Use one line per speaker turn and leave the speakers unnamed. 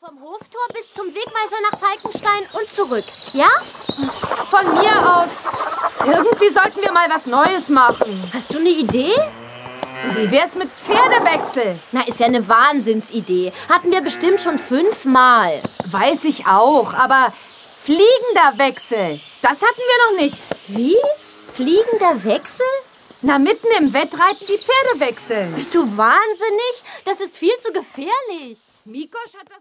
Vom Hoftor bis zum Wegweiser nach Falkenstein und zurück. Ja?
Von mir aus. Irgendwie sollten wir mal was Neues machen.
Hast du eine Idee?
Wie wär's mit Pferdewechsel?
Na, ist ja eine Wahnsinnsidee. Hatten wir bestimmt schon fünfmal.
Weiß ich auch, aber fliegender Wechsel, das hatten wir noch nicht.
Wie? Fliegender Wechsel?
Na, mitten im Wettreiten die Pferde wechseln.
Bist du wahnsinnig? Das ist viel zu gefährlich.
Mikosch hat das.